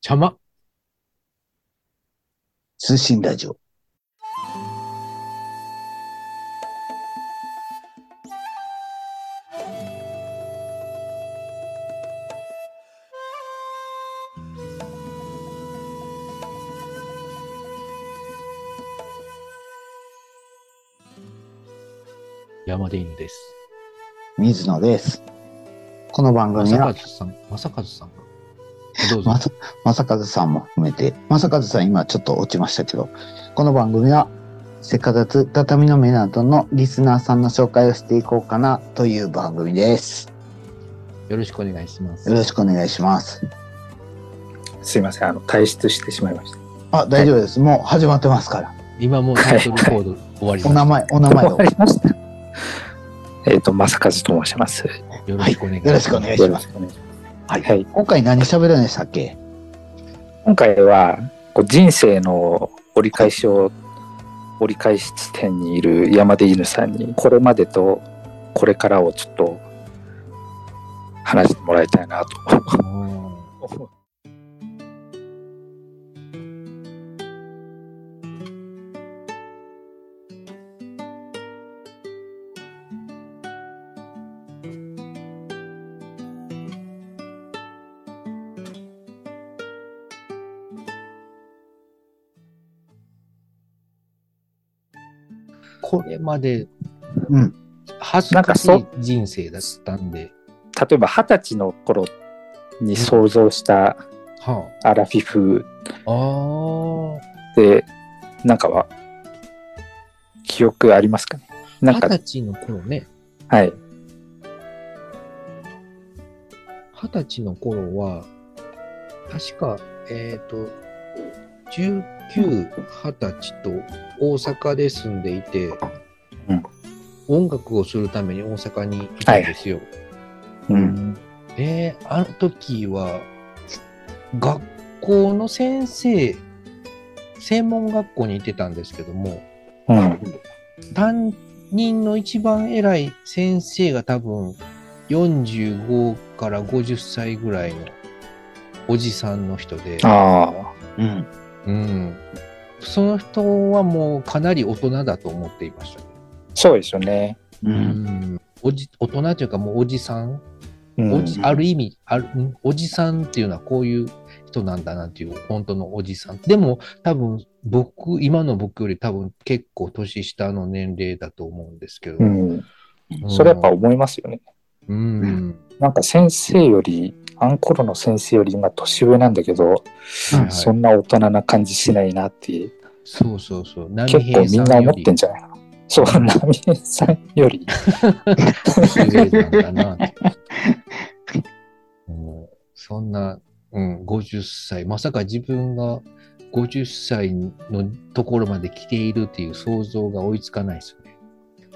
邪魔。通信ラジオ。山で犬です。水野です。この番ま組さかは、ずさん、まさかずさんが。どうぞま。さまさかずさんも含めて、まさかずさん今ちょっと落ちましたけど、この番組は、せかざつ、畳の目などのリスナーさんの紹介をしていこうかなという番組です。よろしくお願いしますよ。ろしくお願いします。すいません、あの退出してしまいました。あ、大丈夫です。もう始まってますから。今もうタイトルコード終わりお名ま前、お名前をわかりました。えっ、と、正和と申します。よす。よろしくお願いします。よろしくお願いします。くお願いしまはいす。はい、今回何喋るんでしたっけ今回は、こう人生の折り返しを、折り返し地点にいる山出犬さんに、これまでとこれからをちょっと話してもらいたいなと。これまでうん。恥ずかしい人生だったんで、例えば、二十歳の頃に想像したはアラフィフあ。あで、なんかは、記憶ありますかねあ。なん二か、十歳の頃ね、はい。二十歳の頃は、確か、えっ、と、19、二十歳と大阪で住んでいて、うん音楽をするために大阪にいたんですよ。うん。で、あの時は、学校の先生、専門学校に行ってたんですけども、うん。担任の一番偉い先生が多分45から50歳ぐらいのおじさんの人で、あうん。うん、その人はもうかなり大人だと思っていました、あ、そうですよね。う。うんん、おじ大人というかもうおじさん、うんおじある意味あるんおじさんっていうのはこういう人なんだなっていう本当のおじさんでも多分僕今の僕より多分結構年下の年齢だと思うんですけど、うん。うんそれやっぱ思いますよね。うん。なんか先生より、あんころの先生より今年上なんだけど、はいはいそんな大人な感じしないなって、そうそうそう。波結構みんな思ってんじじゃないかな。そう、波平さんより。ゃん。なんだなって。もうそんな、うん、50歳、まさか自分が50歳のところまで来ているっていう想像が追いつかないですよね。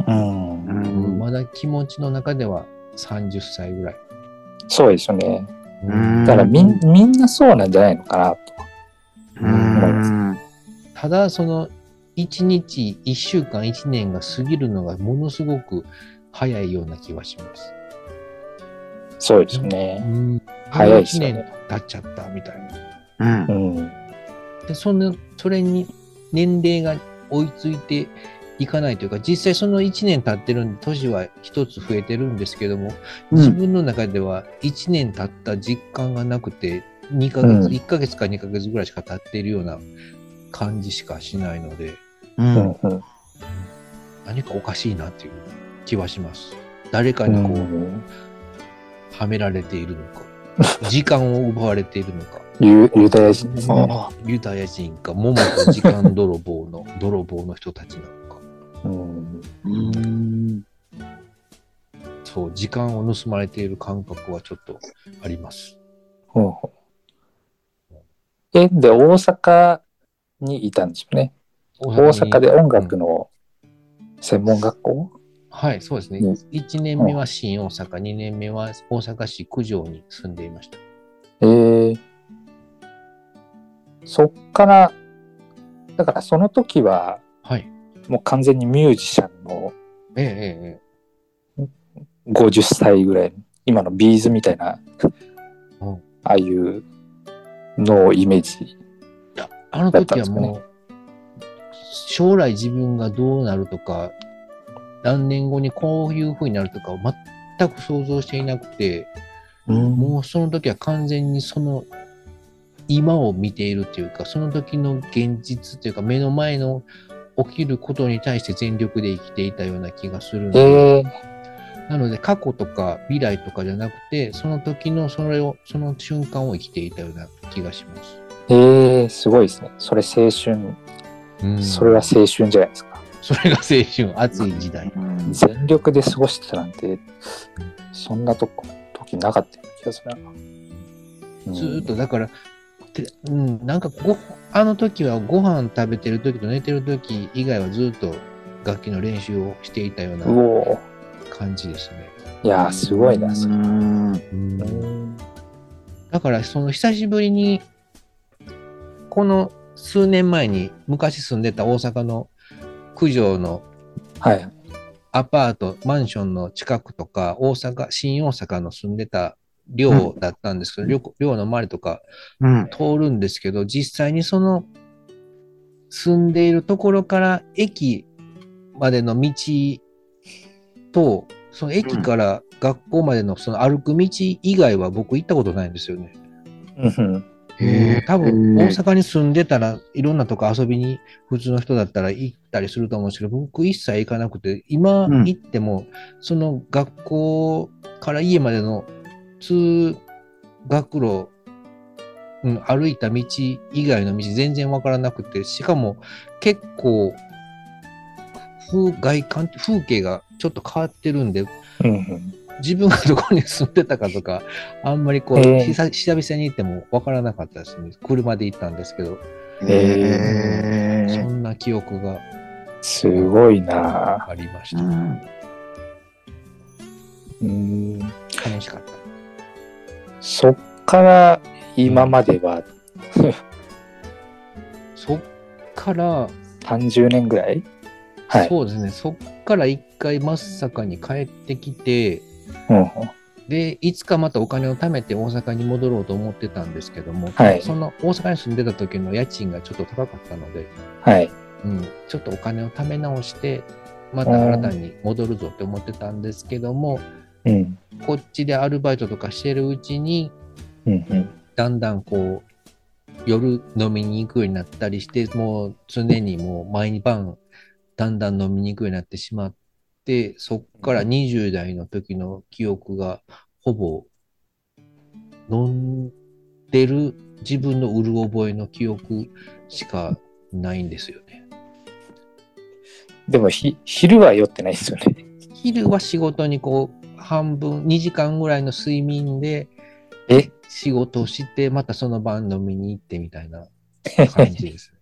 うんう。ん。まだ気持ちの中では30歳ぐらい。そうですよね。うんだからみん、みんなそうなんじゃないのかなと。うん。ただ、その、1日、1週間、1年が過ぎるのがものすごく早いような気はします。そうですうね。ん。早いです1よね年経っちゃったみたいな。うんう。ん。でそのそれに年齢が追いついていかないというか実際その1年経ってるんで年は一つ増えてるんですけども、うん自分の中では1年経った実感がなくて2ヶ月、うん1ヶ月か2ヶ月ぐらいしか経っているような感じしかしないのでうんうん。うん。何かおかしいなっていう気はします誰かうにこう、んはめられているのか時間を奪われているのかユユダヤ人ですね。ユダヤ人か桃か時間泥棒の泥棒の人たちなのかうん。うんそう、時間を盗まれている感覚はちょっとあります。ほうほうえ、で、大阪にいたんですよね。大大に阪で音楽の専門学校、はい、そうですね。うん1年目は新大阪、2年目は大阪市九条に住んでいました。ええそっから、だからその時は、はい。もう完全にミュージシャンのえええええ50歳ぐらい、今のビーズみたいな、うんああいうのイメージ。あのだった時んではすかねもう、将来自分がどうなるとか、何年後にこういう風になるとかを全く想像していなくて、もうその時は完全にその今を見ているというか、その時の現実というか、目の前の起きることに対して全力で生きていたような気がするので、えーなので過去とか未来とかじゃなくて、その時のそれを、その瞬間を生きていたような気がします。えーすごいですね。それ青春、うんそれは青春じゃないですか。それが青春、熱い時代。うん全力で過ごしてたなんて、そんなとこ時なかったような気がするな。うんずーっとだから、てうん、なんかごあの時はご飯食べてる時と寝てる時以外はずーっと楽器の練習をしていたよううなおー感じですね。いやー、すごいな、それ。うんうんだからその久しぶりにこの数年前に昔住んでた大阪の九条のはい。アパートマンションの近くとか大阪新大阪の住んでた寮だったんですけど、寮寮の周りとかうん。通るんですけど、実際にその住んでいるところから駅までの道と、その駅から学校までのその歩く道以外は僕行ったことないんですよね。うんうんへー多分大阪に住んでたらいろんなとこ遊びに普通の人だったら行ったりすると思うんですけど、僕一切行かなくて、今うん行っても、その学校から家までの通学路、うん、歩いた道以外の道全然わからなくて、しかも結構、風外観、風景がちょっと変わってるんで、うんうん自分がどこに住んでたか とか、あんまりこう、ええ久久々に行っても分からなかったですね。車で行ったんですけど、えそんな記憶がすごいな。ありましうた。んうん楽しかった。そっから今まではそっから、 30年ぐらいはい。そうですね、そっから一回真っ坂に帰ってきて、うんうんで、いつかまたお金を貯めて大阪に戻ろうと思ってたんですけども、はいその大阪に住んでた時の家賃がちょっと高かったので、はい。うん、ちょっとお金を貯め直して、また新たに戻るぞって思ってたんですけども、うん。こっちでアルバイトとかしてるうちに、うんうん。だんだんこう、夜飲みに行くようになったりして、もう常にもう毎晩、だんだん飲みに行くようになってしまって、そっから20代の時の記憶が、ほぼ、飲んでる自分のうる覚えの記憶しかないんですよね。でもひ、昼は酔ってないですよね。 昼は仕事にこう、半分、2時間ぐらいの睡眠で、え仕事をして、またその晩飲みに行ってみたいな感じです。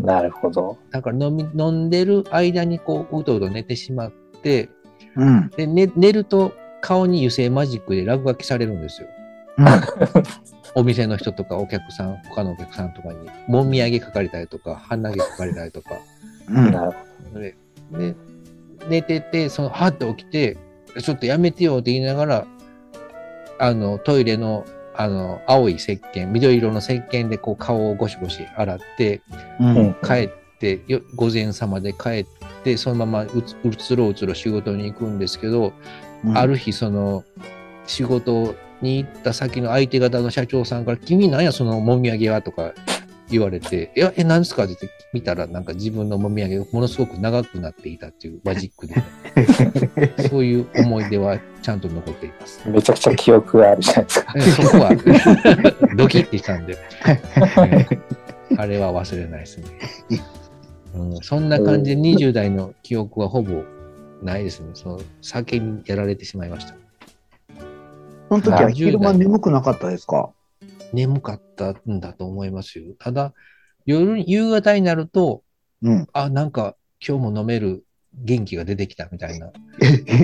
なるほど。だから飲み、飲んでる間にこう、うとうと寝てしまって、うん。で、寝寝ると顔に油性マジックで落書きされるんですよ。お店の人とかお客さん、他のお客さんとかに、もみあげ書かれたりとか、鼻毛書かれたりとか。うん。なるで、で寝てて、その、はって起きて、ちょっとやめてよって言いながら、あの、トイレの、あの、青い石鹸、緑色の石鹸でこう顔をゴシゴシ洗って、う。ほど。うんん。帰って、よ午前様で帰って、そのままうつうつろうつろ仕事に行くんですけど、うんある日、その、仕事に行った先の相手方の社長さんから、君なんや、そのもみあげはとか言われて、いや、え、何ですかって言って見たら、なんか自分のもみあげがものすごく長くなっていたっていうマジックで、 そういう思い出はちゃんと残っています。めちゃくちゃ記憶があるじゃないですか。えそこは、ドキッてしたん で、えあれは忘れないですね。うん、そんな感じで20代の記憶はほぼないですね。その酒にやられてしまいました。その時は昼間眠くなかったですか眠かったんだと思いますよ。ただ、夜、夕方になると、うん。あ、なんか今日も飲める元気が出てきたみたいな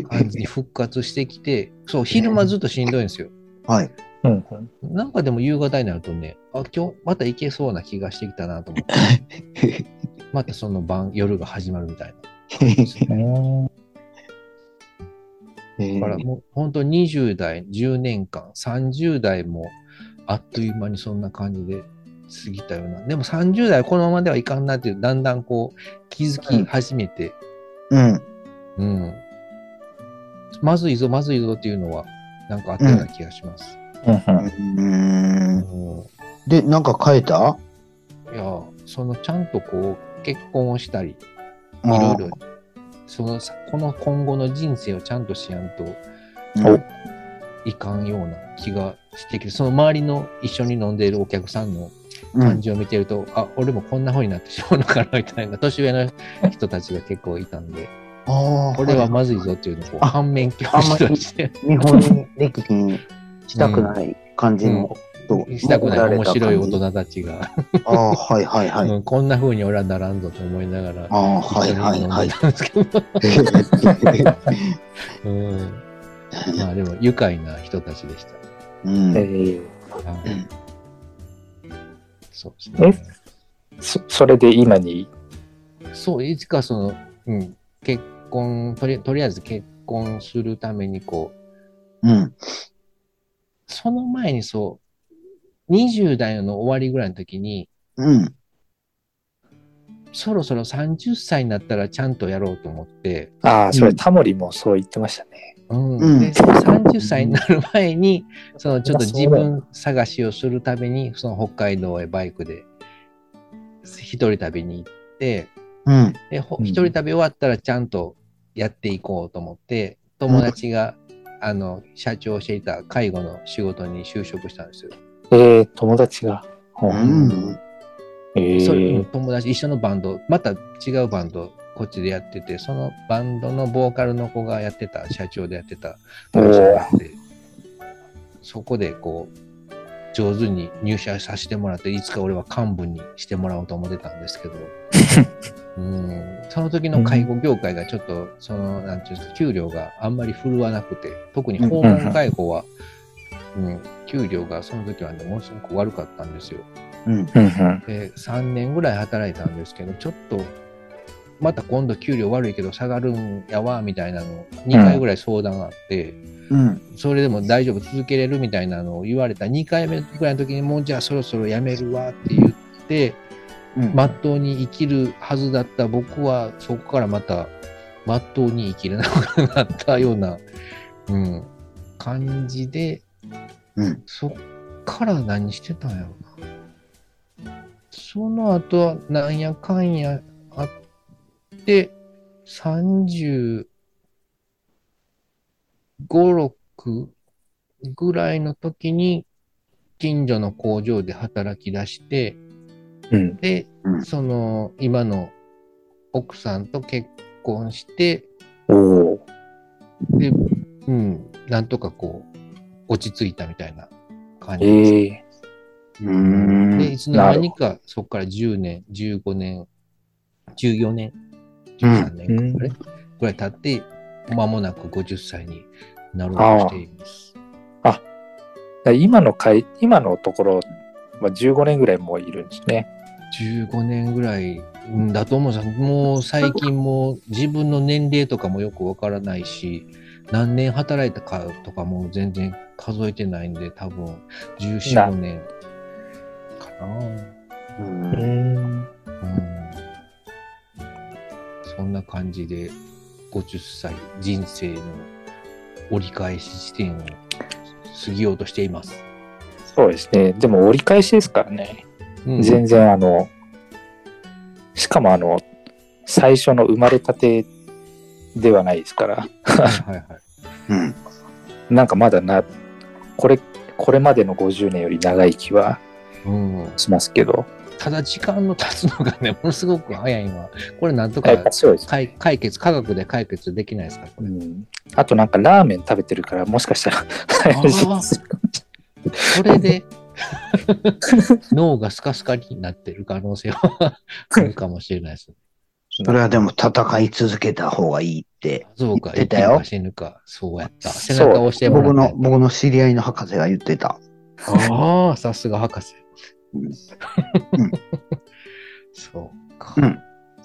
感じに復活してきて、そう、昼間ずっとしんどいんですよ。 はい。うんうん。なんかでも夕方になるとね、あ、今日また行けそうな気がしてきたなと思って。またその晩、夜が始まるみたいな。うんえだからーもう本当20代、10年間、30代も、あっという間にそんな感じで過ぎたような。でも30代はこのままではいかんなっていう、だんだんこう、気づき始めて、うん。うん。まずいぞ、まずいぞっていうのは、なんかあったような気がします。うんうん。うんで、なんか変えたいや、そのちゃんとこう、結婚をしたり、いいろいろ、そのさ、この今後の人生をちゃんとしやんとうんいかんような気がしてきて、その周りの一緒に飲んでいるお客さんのう感ん。じを見てると、あ、俺もこんな風になってしまうのかなみたいな、年上の人たちが結構いたん で、ああ、これはまずいぞっていうのをこうあ反面教師として、日本歴にしたくない感じの、としたくない面白い大。持た人たちが、れた感じああ、はいはいはい。うんこんな風に俺はならんぞと思いながら、ああ、はいはいは い一。緒に飲んでたんですけど、うんまあでも愉快な人たちでした。うんえーはうんい、そうですね。そそれで今に、そう、いつかその、うん、結婚とり、とりあえず結婚するためにこう、うん。その前にそう、20代の終わりぐらいの時に、うん。そろそろ30歳になったらちゃんとやろうと思って、ああ、それうんタモリもそう言ってましたね。うん。うんで、30歳になる前に、そのちょっとまあそうだ自分探しをするために、その北海道へバイクで、一人旅に行って、うん。で、ほうん一人旅終わったらちゃんとやっていこうと思って、友達が、あの、社長をしていた介護の仕事に就職したんですよ。えー、友達が。うん。えーそれ友達、一緒のバンド、また違うバンド、こっちでやってて、そのバンドのボーカルの子がやってた、社長でやってた会社があって、そこでこう、上手に入社させてもらって、いつか俺は幹部にしてもらおうと思ってたんです けど、うんその時の介護業界がちょっと、その、なんていうんですか、給料があんまり振るわなくて、特に訪問介護は、うん、給料がその時はね、ものすごく悪かったんですよ。うん。うんうんで3年ぐらい働いたんですけどちょっとまた今度給料悪いけど下がるんやわみたいなの2回ぐらい相談があって、うん。それでも大丈夫続けれるみたいなのを言われた2回目ぐらいの時にもうじゃあそろそろ辞めるわって言ってうん。まっとうに生きるはずだった僕はそこからまたまっとうに生きれなくなったような、うん、感じでうん。そっから何してたんやろな。その後はなんやかんやあって、35、6ぐらいの時に、近所の工場で働き出して、うん。でう、んその、今の奥さんと結婚して、おお。で、うん、なんとかこう、落ち着いたみたいな感じです。ええうん。で、いつの間にか、そこから10年、15年、14年、13年うんか、あれぐらい経って、間もなく50歳になろうとしています。今の会、今のところ、まあ、15年ぐらいもういるんですね。 15年ぐらいうんだと思うんですよもう最近もう自分の年齢とかもよくわからないし、何年働いたかとかも全然数えてないんで、多分14、な15年かな。ん。うんそんな感じで、50歳人生の折り返し地点を過ぎようとしています。そうですね。でも折り返しですからね。うん全然あの、しかもあの、最初の生まれたてではないですから、はいはいはい。うん。なんかまだな、これ、これまでの50年より長い気はうん、しますけど、ただ時間の経つのがね、も のすごく早いのは、これなんとやっかぱそうです。解解決、科学で解決できないですかこうれ。ん、あとなんかラーメン食べてるから、もしかしたら、 それで、 脳がスカスカになってる可能性はあるかもしれないです。それはでも戦い続けた方がいいって、そうか、言生っきてたるよか死ぬか、そうやった。背そう中を押してもら僕ったの、僕の知り合いの博士が言ってた。ああ、さすが博士。 そうか。うん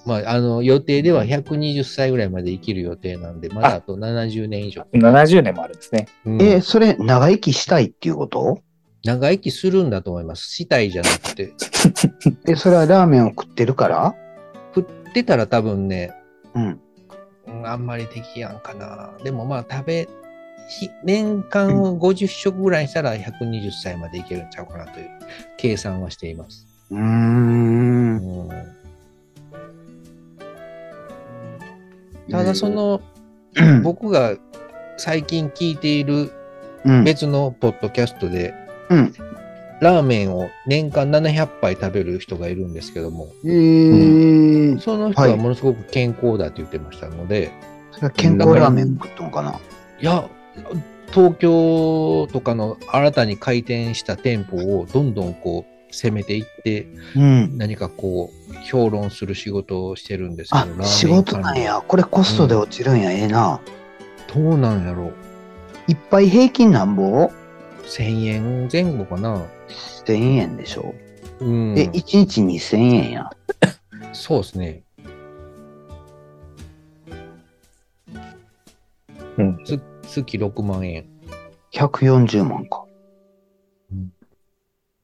まあ、あの、予定では120歳ぐらいまで生きる予定なんで、まだああと70年以上。 70年もあるんですね。うんえ、それ長生きしたいっていうこと長生きするんだと思います。したいじゃなくて。え、それはラーメンを食ってるから食ってたら多分ね、うん。うんあんまりできやんかな。でもまあ食べ、ひ年間を50食ぐらいにしたら120歳までいけるんちゃうかなという計算はしています。うーん。うんただそ、の、うん、僕が最近聞いているうん、別のポッドキャストで、うんラーメンを年間700杯食べる人がいるんですけども、えー、その人はものすごく健康だって言ってましたので、それは健康ラーメン食ったのかないや、東京とかの新たに開店した店舗をどんどんこう攻めていって、うん。何かこう、評論する仕事をしてるんですけど、あラーメン、関仕事なんや。これコストで落ちるんや。ええな。連。どうなんやろう。いっぱい平均なんぼ1000円前後かな。 ?1000 円でしょ。うん。で、1日2000円や。そうですね。うんつ月6万円。 140万か。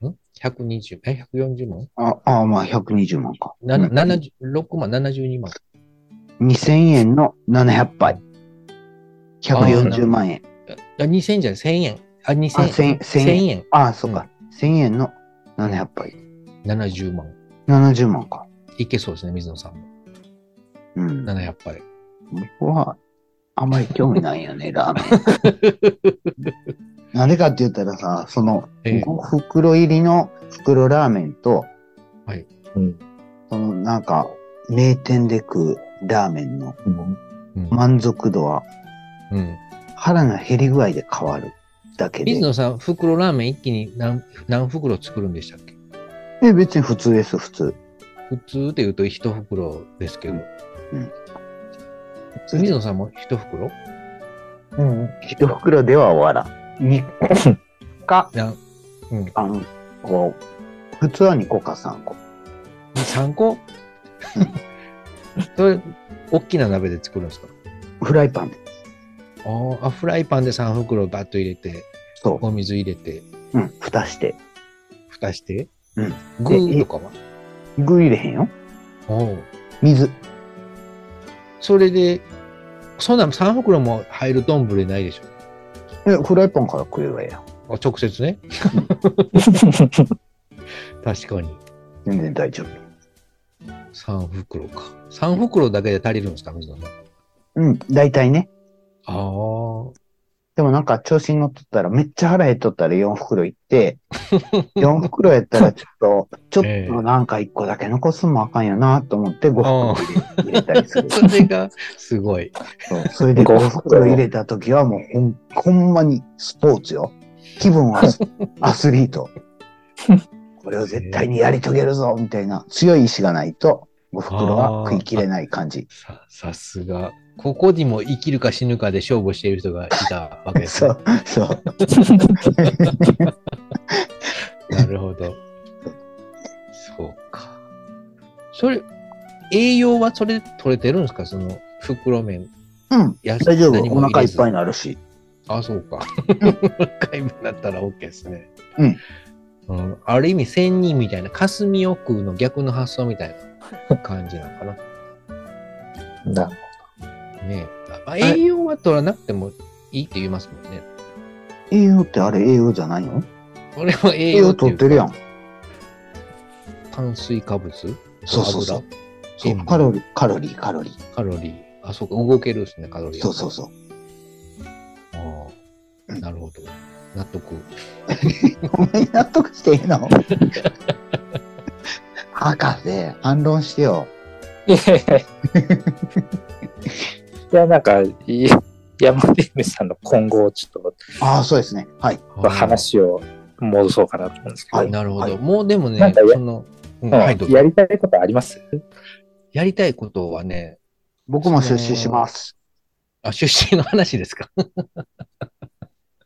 ん ?120、え、140万あ、あまあ120万か。なうん70 ?6 万、72万。 2000円の700杯。140万円。あ、2000じゃない、1000円。あ、2000あ1000 1000 1000円。ああ、そっか。1000円の700杯。 70万。 70万か。いけそうですね、水野さんも。うん。 700杯。僕は、あんまり興味な いよね、ラーメン。なんでかって言ったらさ、その、ええ5袋入りの袋ラーメンと、うんそのなんか、名店で食うラーメンのうんうん。満足度は、うん、腹の減り具合で変わるだけで水。野さん、袋ラーメン一気に何何袋作るんでしたっけえ、別に普通です、普通。普通って言うと一袋ですけど。普通水野さんも一袋うん。一袋では終わらん。2個かなん3個。普通は2個か3個。 3個 それ、大きな鍋で作るんですかフライパンで。あーあ、フライパンで3袋バッと入れて、そお水入れて、う。うん。蓋して。蓋して、うん具とかは具入れへんよ。おう水。それで、そんなん3袋も入る丼ないでしえ、フライパンから食えばええやん。ょあ直接ね。確かに。全然大丈夫。 3袋か。3袋だけで足りるんですか水野さん。あうん。大体ね。あー。でもなんか調子に乗っとったら、めっちゃ腹減っとったら4袋い って、4袋やったらちょっと、えちょっえとなんか1個だけ残すもあかんよなと思 って5袋入れ入れたりする。それがすごい。 そうそれでご5袋入れた時はもうほんほんまにスポーツよ。気分 はスアスリート。これを絶対にやり遂げるぞみたいな強い意志がないと5袋は食い切れない感じ。さ、さすが。ここにも生きるか死ぬかで勝負している人がいたわけですそね。う、そう。なるほど。そうか。それ、栄養はそれ取れてるんですかその袋麺。うん。大大丈夫。お腹いっぱいになるし。あ、そうか。回分だったら OK ですね。うんうん。ある意味、仙人みたいな、霞を食うの逆の発想みたいな感じなのかな。なねえ。まあ、栄養は取らなくてもいいって言いますもんね。栄養ってあれ栄養じゃないのこれは栄栄養養っていう取っかてるやん。炭水化物そうそうそう。油そうカロリー、カロリー、カロリー。カロリー。あ、そうか。動けるですね、カロリー。そうそうそう。ああ、うんなるほど。納得。お前納得していい の博士、反論してよ。いやいやいやいや、なんか、い山出犬さんの今後をちょっああ、そうですね。はい。と話を戻そうかなと思うんですけど、あー。なるほど。はいもうでもなんねか、やその、うんうんはい、どうぞやりたいことありますやりたいことはね、僕も出資します。あ、出身の話です か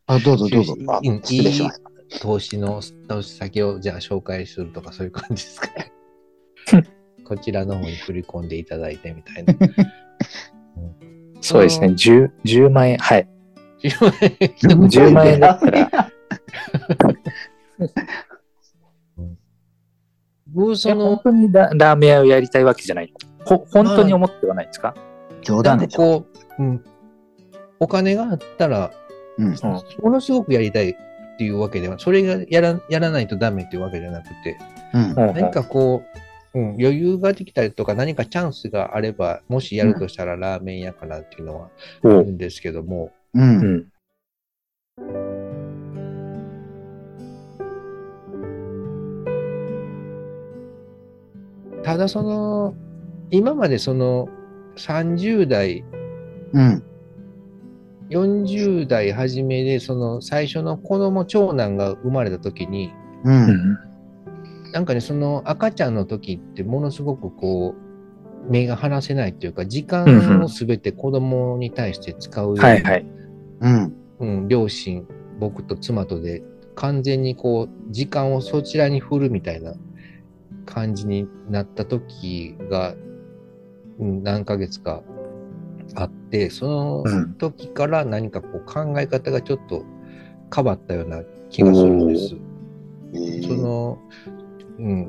あ、どうぞどうぞ出。資あうん失礼しました。投資の、投資先をじゃあ紹介するとかそういう感じですかね。こちらの方に振り込んでいただいてみたいな。そうですね、うん10、10万円。はい。 10万円10万円だったら、僕、 そ本の、当にララーメン屋をやりたいわけじゃない。ほ本当に思ってはないですか、 冗な談んでかしょ。こう、うん、お金があったら、うんものすごくやりたいっていうわけでは、それがやらやらないとダメっていうわけじゃなくて、うん。うんうん何かこう、うん、余裕ができたりとか、何かチャンスがあれば、もしやるとしたらラーメン屋かなっていうのはあるんですけども、う。うんん。ただその、今までその30代、うん。 40代初めで、その最初の子供、長男が生まれた時に、う。うんん。なんかね、その赤ちゃんの時ってものすごくこう、目が離せないというか、時間をすべて子供に対して使うようはいなはい。うん。うん、両親、僕と妻とで、完全にこう、時間をそちらに振るみたいな感じになった時が、うん、何ヶ月かあって、そうんの時から何かこう考え方がちょっと変わったような気がするんです。えーその、うん、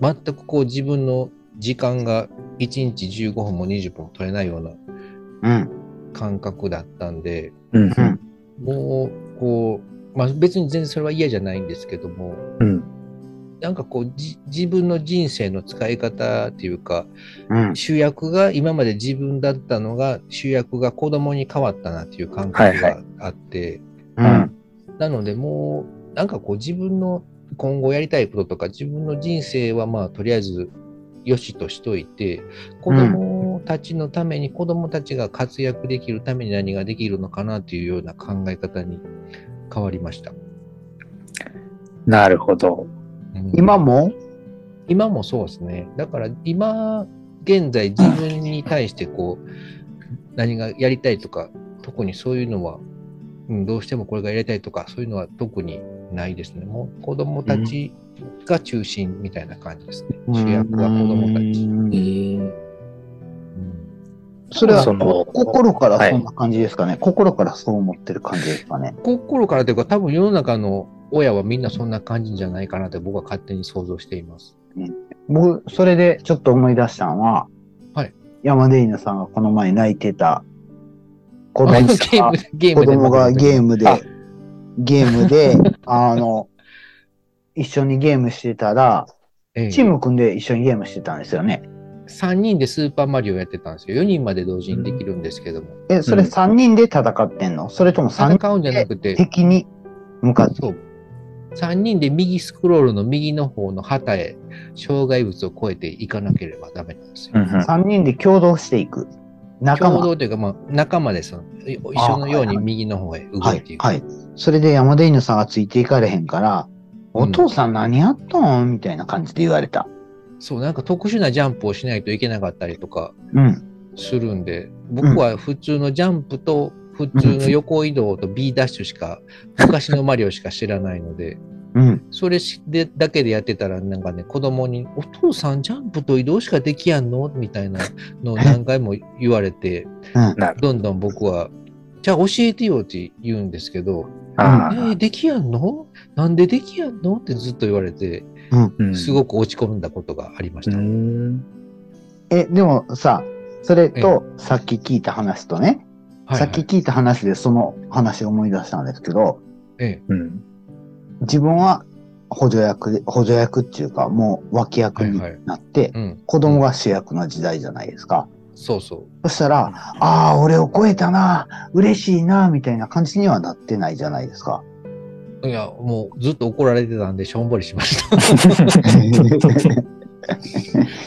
全くこう自分の時間が1日15分も20分も取れないようなうん。感覚だったんで、うん。うん。もう、こう、まあ別に全然それは嫌じゃないんですけども、うん。なんかこう、じ自分の人生の使い方っていうか、うん。主役が今まで自分だったのが、主役が子供に変わったなっていう感はい覚はがあって、うん。なのでもう、なんかこう自分の今後やりたいこととか、自分の人生はまあとりあえず、よしとしといて、子供たちのために、子供たちが活躍できるために何ができるのかなというような考え方に変わりました。なるほど。うん今も今もそうですね。だから今現在自分に対してこう何がやりたいとか特にそういうのは、うん、どうしてもこれがやりたいとかそういうのは特にないですね。もう子供たちが中心みたいな感じですね。主役は子供たち。えち。うんそれはその心からそんな感じですかね。心からそう思ってる感じですかね。心からというか多分世の中の親はみんなそんな感じじゃないかなって僕は勝手に想像しています。僕、それでちょっと思い出したのは、はい山出犬さんがこの前泣いてた、子供あのが、 ゲームでゲーム子で供がゲームであ、ゲームで、あの、一緒にゲームしてたら、ええチーム組んで一緒にゲームしてたんですよね。 3人でスーパーマリオやってたんですよ。4人まで同時にできるんですけども。え、それうん3人で戦ってんのそれとも3人戦うんじゃなくて、敵に向かって。そう。3人で右スクロールの右の方の旗へ障害物を越えていかなければダメなんですよ。うん3人で共同していく。仲共間。同というか、まあ、仲間です。一緒のように右の方へ動はいていい。く。はい。それで山田犬さんがついていかれへんから、うんお父さん何やっとんみたいな感じで言われた。そう、なんか特殊なジャンプをしないといけなかったりとかうん。するんで、僕は普通のジャンプと普通の横移動と B ダッシュしか、昔のマリオしか知らないので、うん。それでだけでやってたら、なんかね、子供に、お父さん、ジャンプと移動しかできやんのみたいなのを何回も言われて、うん。どんどん僕は、じゃあ教えてよって言うんですけど、えあー、できやんのなんでできやんのってずっと言われて、あ。すい。ごく落ち込んだことがありました。うん。え、でもさ、それと、さっき聞いた話とね、はいはいさっき聞いた話でその話を思い出したんですけど、ええうん。自分は補助役で、補助役っていうか、もう脇役になって、うん、子供が主役の時代じゃないですか。そうそう。そしたら、ああ、俺を超えたな、嬉しいな、みたいな感じにはなってないじゃないです か。いや、もうずっと怒られてたんで、しょんぼりしました。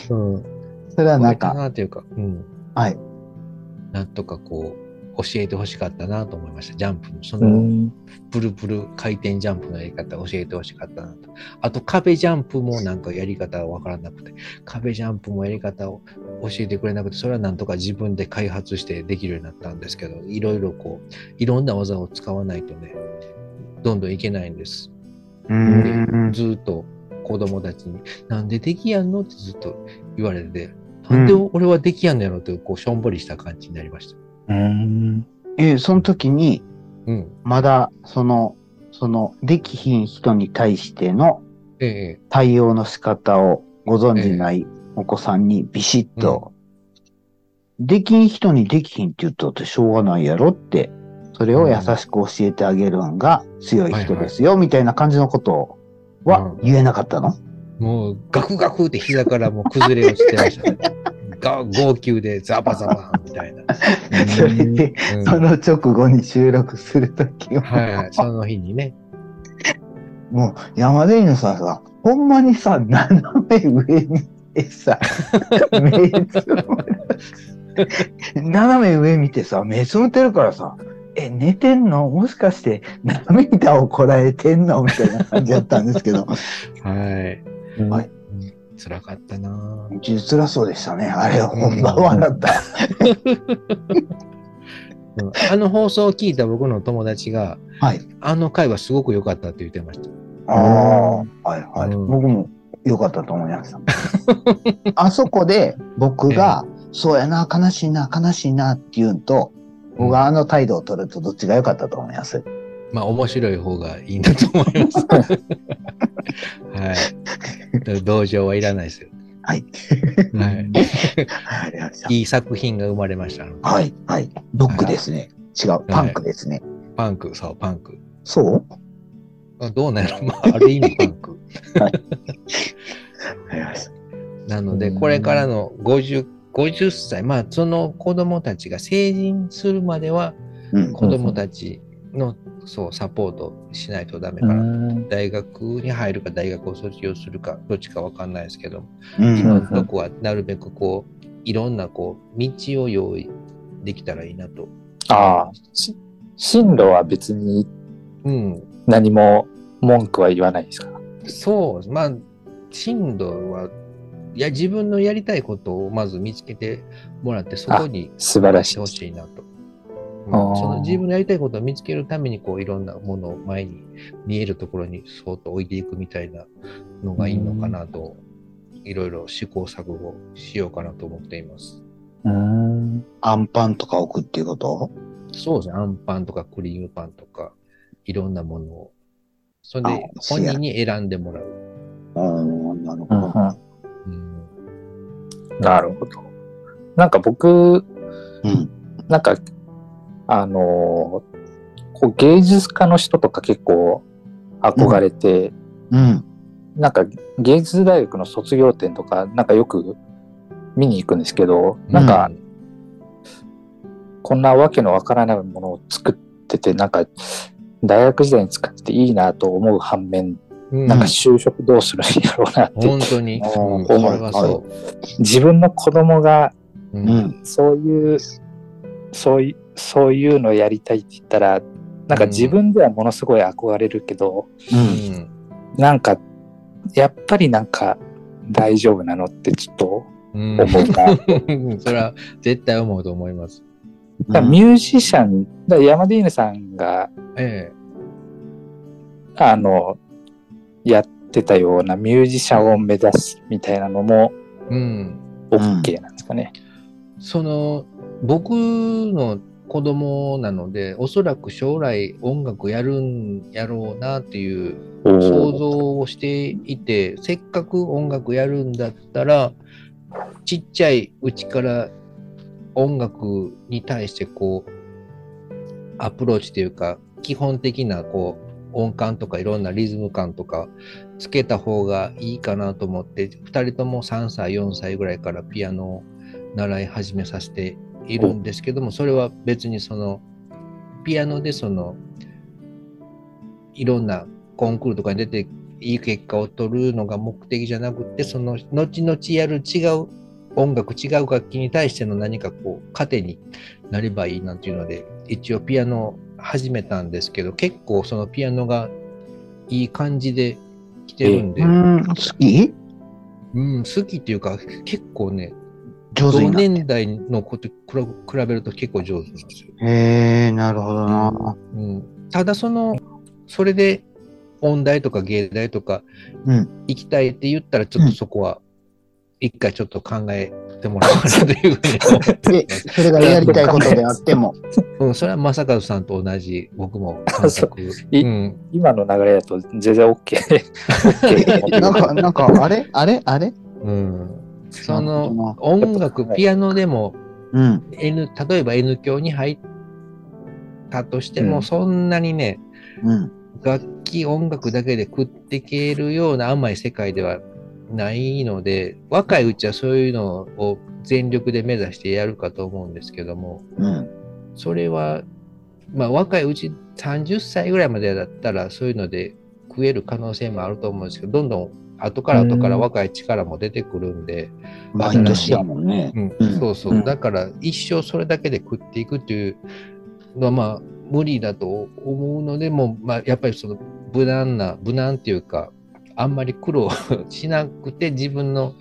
うん、それはなんか、なというか、うん、はい。なんとかこう、教えてほしかったなと思いました。ジャンプの、そうの、ん。プルプル回転ジャンプのやり方教えてほしかったなと。あと壁ジャンプもなんかやり方がわからなくて、壁ジャンプもやり方を教えてくれなくて、それはなんとか自分で開発してできるようになったんですけど、いろいろこう、いろんな技を使わないとね、どんどんいけないんです。うでん。ずーっと子供たちに、なんでできやんのってずっと言われて、なんで俺はできやんのやろってこう、しょんぼりした感じになりました。うん。え、その時に、うん。まだ、その、その、できひん人に対してのええ対応の仕方をご存じないお子さんにビシッと、できん人にできひんって言ったってしょうがないやろって、それを優しく教えてあげるんが強い人ですよ、みたいな感じのことはうん言えなかったの、もうガクガクって膝からもう崩れ落ちてましたね。 が号泣でザバザバみたいな。それで、うん その直後に収録するときは、はい、その日にね。もう山田犬さんさ、ほんまにさ、斜め上にってさ、目つぶる斜め上見てさ、目つぶってるからさ、え、寝てんのもしかして涙をこらえてんのみたいな感じだったんですけど、はい。まあ辛かったなぁ辛そうでしたね。あれ、ほんま笑った。うんあの放送を聞いた僕の友達が、はい。あの回はすごく良かったって言ってました。ああ、はいはい。うん僕も良かったと思いま した。あそこで僕が、そうやな、悲しいな、悲しいなって言うんと、僕はあの態度を取るとどっちが良かったと思います。まあ、面白い方がいいんだと思います。はい。だから同情はいらないですよ。はい。はい。はい、ありがとうございましいい作品が生まれました。た。はい、はい。ドックですね。違う、パンクですね。パンク、そう、パンク。そうあどうなのまあ、ある意味パンク。わかりました。なので、これからの50、50歳、まあ、その子供たちが成人するまでは、うん。子供たちの、そう、サポートしないとダメかな。大学に入るか、大学を卒業するか、どっちかわかんないですけど、うん。今のとこはなるべくこう、いろんなこう、道を用意できたらいいなと。ああ、し進路は別にうん。何も文句は言わないですかそう、まあ、進路は、いや、自分のやりたいことをまず見つけてもらって、そこに素晴らししていほ。しいなと。うんあーその自分のやりたいことを見つけるためにこういろんなものを前に見えるところにそーっと置いていくみたいなのがいいのかなといろいろ試行錯誤しようかなと思っています。うん。アンパンとか置くっていうことそうですね。あんパンとかクリームパンとかいろんなものを。それあで本人に選んでもらう。うん、なるほうど。んうん、なるほど。なんか僕、うん。なんか、あのーこう芸術家の人とか結構憧れて、うん。なんか芸術大学の卒業展とか、なんかよく見に行くんですけど、なんか、こんなわけのわからないものを作ってて、なんか、大学時代に使ってていいなと思う反面、うん、なんか就職どうするんやろうなって、本当に、あーうん、そはいれはそ自分の子供がう。ううんん。そういう、そういう、そういうのやりたいって言ったら、なんか自分ではものすごい憧れるけど、うん。なんか、やっぱりなんか大丈夫なのってちょっとうん思うな。うん それは絶対思うと思います。だからミュージシャン、だから山ディーヌさんが、えあの、やってたようなミュージシャンを目指すみたいなのもえうん。 OK なんですかね。その、僕の子供なので、おそらく将来音楽やるんやろうなっていうお想ー像をしていて、せっかく音楽やるんだったら、ちっちゃいうちから音楽に対してこう、アプローチというか、基本的なこう、音感とかいろんなリズム感とかつけた方がいいかなと思って、2人とも3歳、4歳ぐらいからピアノを習い始めさせているんですけども、それは別にその、ピアノでその、いろんなコンクールとかに出ていい結果を取るのが目的じゃなくて、その後々やる違う音楽、違う楽器に対しての何かこう、糧になればいいなんていうので、一応ピアノを始めたんですけど、結構そのピアノがいい感じで来てるんで、うん。好きうん、好きっていうか、結構ね、上手同にな。年代の子と比べると結構上手なんですよ。へえ、なるほどな。うん、ただその、それで音大とか芸大とかうん。行きたいって言ったら、ちょっとそこは、一回ちょっと考えってもらわないというふうに思ってで、それがやりたいことであって も、うん、それは正和さんと同じ、僕も感覚。いういん、今の流れだと全然 OK。OK なんか、なんか、あれあれあれうん。その、、音楽、ピアノでも、うん。 N、例えば N 響に入ったとしても、うんそんなにね、うん。楽器、音楽だけで食っていけるような甘い世界ではないので、若いうちはそういうのを全力で目指してやるかと思うんですけども、うん。それは、まあ若いうち30歳ぐらいまでだったらそういうので食える可能性もあると思うんですけど、どんどん後から後から若い力も出てくるんで、毎年やもんね。うんうんそうそう、うんだから一生それだけで食っていくというのはまあ無理だと思うのでもう、まあ、やっぱりその無難な無難っていうかあんまり苦労しなくて自分の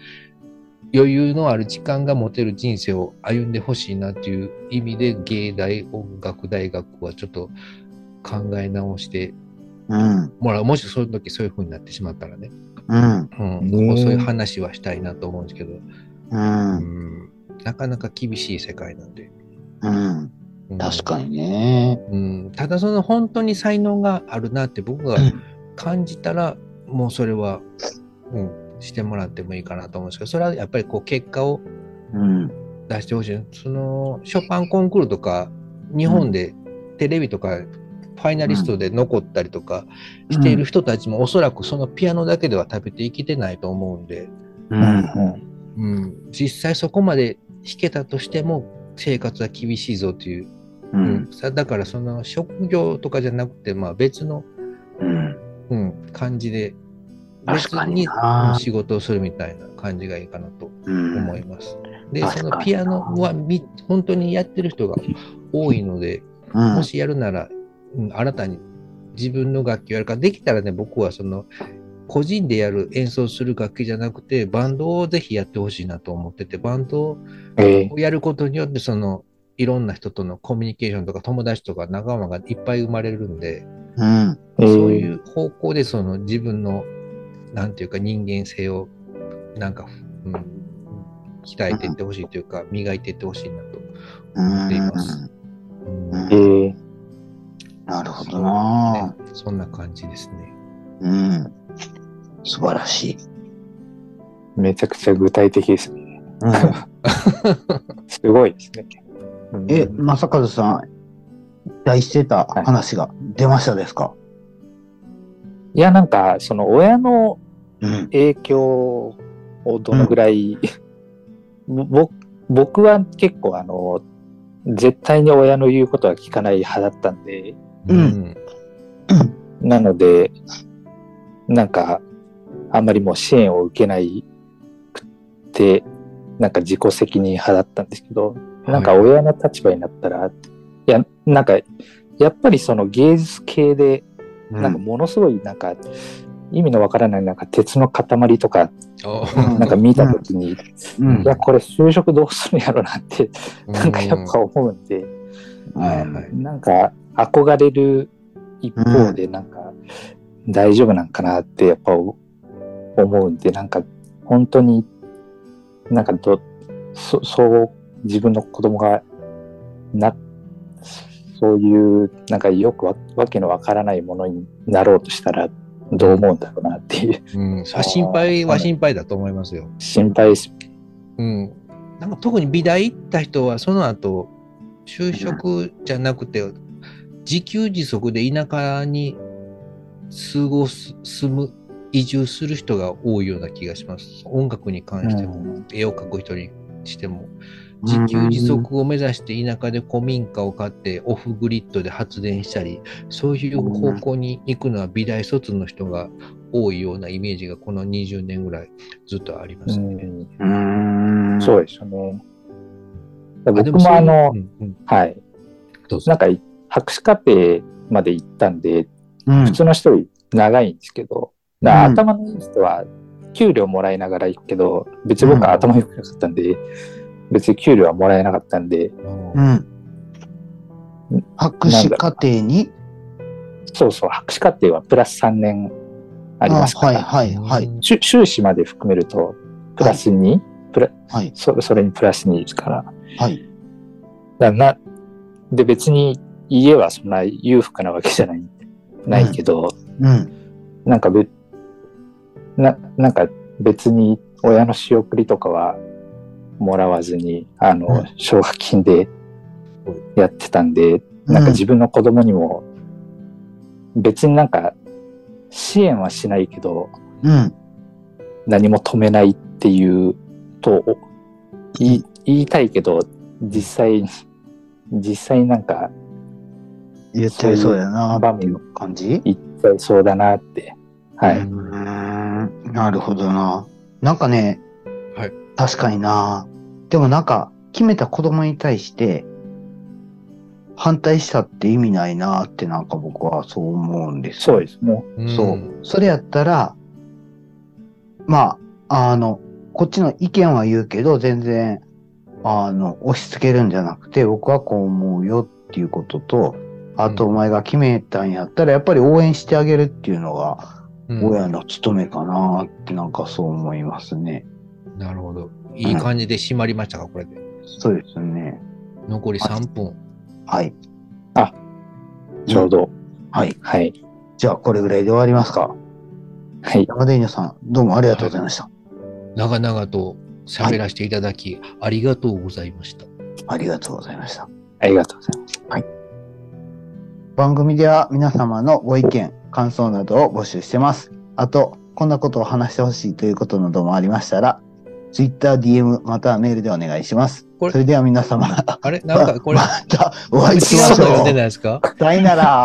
余裕のある時間が持てる人生を歩んでほしいなという意味で芸大音楽大学はちょっと考え直してうん。もらうもしその時そういう風になってしまったらね、うん。うん、ねえそういう話はしたいなと思うんですけど、うん。うん、なかなか厳しい世界なんで。うん。うん確かにね。うん、ただその本当に才能があるなって僕がうん感じたら、もうそれは、うん、してもらってもいいかなと思うんですけどそれはやっぱりこう結果をうん。出してほしいそのショパンコンクールとか日本でテレビとかファイナリストで残ったりとかしている人たちもおそらくそのピアノだけでは食べていけてないと思うんで、ううんん。うんうん、実際そこまで弾けたとしても生活は厳しいぞというううんん。さだからその職業とかじゃなくて、まあ、別の、うん。うん、感じで別確かになうん仕事をするみたいな感じがいいかなとうん思います。で確かそになのピアノはみ本当にやってる人が多いのでうんもしやるなら、うん、新たに自分の楽器をやるかできたらね僕はその個人でやる演奏する楽器じゃなくてバンドをぜひやってほしいなと思っててバンドをえをやることによってそのいろんな人とのコミュニケーションとか友達とか仲間がいっぱい生まれるんで、うん。ーそうえいう方向でその自分のなんていうか人間性をなんか、うん、鍛えていってほしいというか磨いていってほしいなと思っています。うんうんーえなるほどな。ねそんな感じですね。うん。素晴らしい。ーめちゃくちゃ具体的ですね。うんすごいですね。うんえ、正和さん、題してた話が出ましたですかいや、なんか、その親のうん。影響をどのぐらい、 ぼ僕は結構、あの、絶対に親の言うことは聞かない派だったんで、うんなので、なんか、あんまりもう支援を受けないくて、なんか自己責任派だったんですけど、なんか親の立場になったら、いや、なんか、やっぱりその芸術系で、なんかものすごい、なんか、意味のわからない、なんか鉄の塊とか、あ なんか見たときに、うんい。や、これ就職どうするんやろなって、なんかやっぱ思うんで、はいはいなんか憧れる一方で、なんか大丈夫なんかなってやっぱ思うんで、なんか本当になんかど、そそう自分の子供がな、そういうなんかよくわわけのわからないものになろうとしたらどう思うんだろうなっていううん、さ心配は心配だと思いますよ。心配です。うん、なんか特に美大行った人はその後就職じゃなくて自給自足で田舎に過ごす住む移住する人が多いような気がします音楽に関しても、うん絵を描く人にしても自給自足を目指して田舎で古民家を買ってオフグリッドで発電したりそういう方向に行くのは美大卒の人が多いようなイメージがこの20年ぐらいずっとありますね。うん。。そううですよね。僕もあの、うんうんはい。どうぞなんか、博士課程まで行ったんで、うん普。通の人より長いんですけど、だから頭のいい人は給料もらいながら行くけど、別に僕は頭良くなかったんで、別に給料はもらえなかったんで、うん。博士課程にそうそう、博士課程はプラス3年ありますかはいら、はいはい。しゅ修士まで含めると、プラス2プラはい。そそれにプラスにから。はい。だな、で別に家はそんな裕福なわけじゃない、ないけど、うん。なんかべ、な、なんか別に親の仕送りとかはもらわずに、あの、うん奨学金でやってたんで、なんか自分の子供にも、別になんか支援はしないけど、うん。何も止めないっていうとお言い言いたいけど、実際、実際なんか言ってるそうやな、場面感じ言っちゃいそうだなって。はい。うーんなるほどな。なんかね、はい確かにな。でもなんか、決めた子供に対して、反対したって意味ないなってなんか僕はそう思うんですそうですね。うんそう。それやったら、まあ、あの、こっちの意見は言うけど、全然、あの、押し付けるんじゃなくて、僕はこう思うよっていうことと、あとうんお前が決めたんやったら、やっぱり応援してあげるっていうのが、うん親の務めかなってなんかそう思いますね。なるほど。いい感じで締まりましたか、これで。そうですね。残り3分。はい。あ、ちょう。ど。はい。はい。じゃあ、これぐらいで終わりますか。はい。山田犬さん、どうもありがとうございました。長々と喋らせていただき、ありがとうございました。ありがとうございました。ありがとうございます。番組では皆様のご意見、感想などを募集してます。あと、こんなことを話してほしいということなどもありましたら、Twitter、DM、またはメールでお願いします。これそれでは皆様、 あれなんかこれ、またお違会ういしましの読んでょな いう。ですかさよなら。今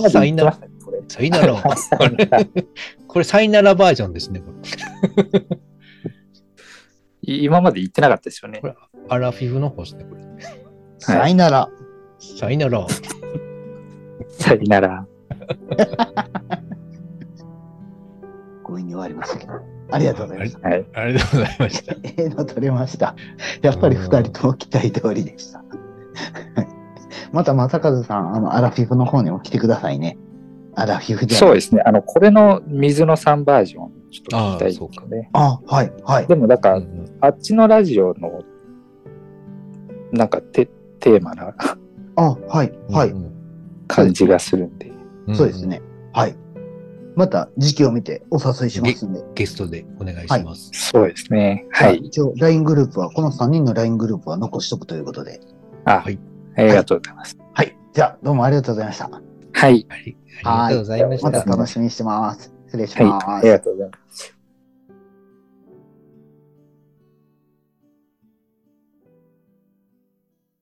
まで言ってましたねこれ。さいなら。これ、これさいならバージョンですね。これい今まで言ってなかったですよねこ。れアラフィフの方ですね。これさよなら。さいなら。さよなら。強引に終わりましたけど。ありがとうございました。はい。ありがとうございました。ええの取れました。やっぱり二人とも期待通りでした。 また正和さん、あの、アラフィフの方にも来てくださいね。アラフィフで。そううですね。あの、これの水野さんバージョン、ちょっと聞きたいあーそうかですね。あ、はい、はい。でも、なんうか、んあっちのラジオの、なんかテ、テーマなあ、はい、はい。うん感じがするんで。んそうですね。はい。また時期を見てお誘いしますんで。ゲストでお願いします。そうですね。はい。一応、LINE グループは、この3人の LINE グループは残しとくということで。あ、はいありがとうございます。はい。じゃあ、どうもありがとうございました。はい。はいありがとうございましまたた。楽しみにしてます。失礼しはい。ます。ありがとうございます。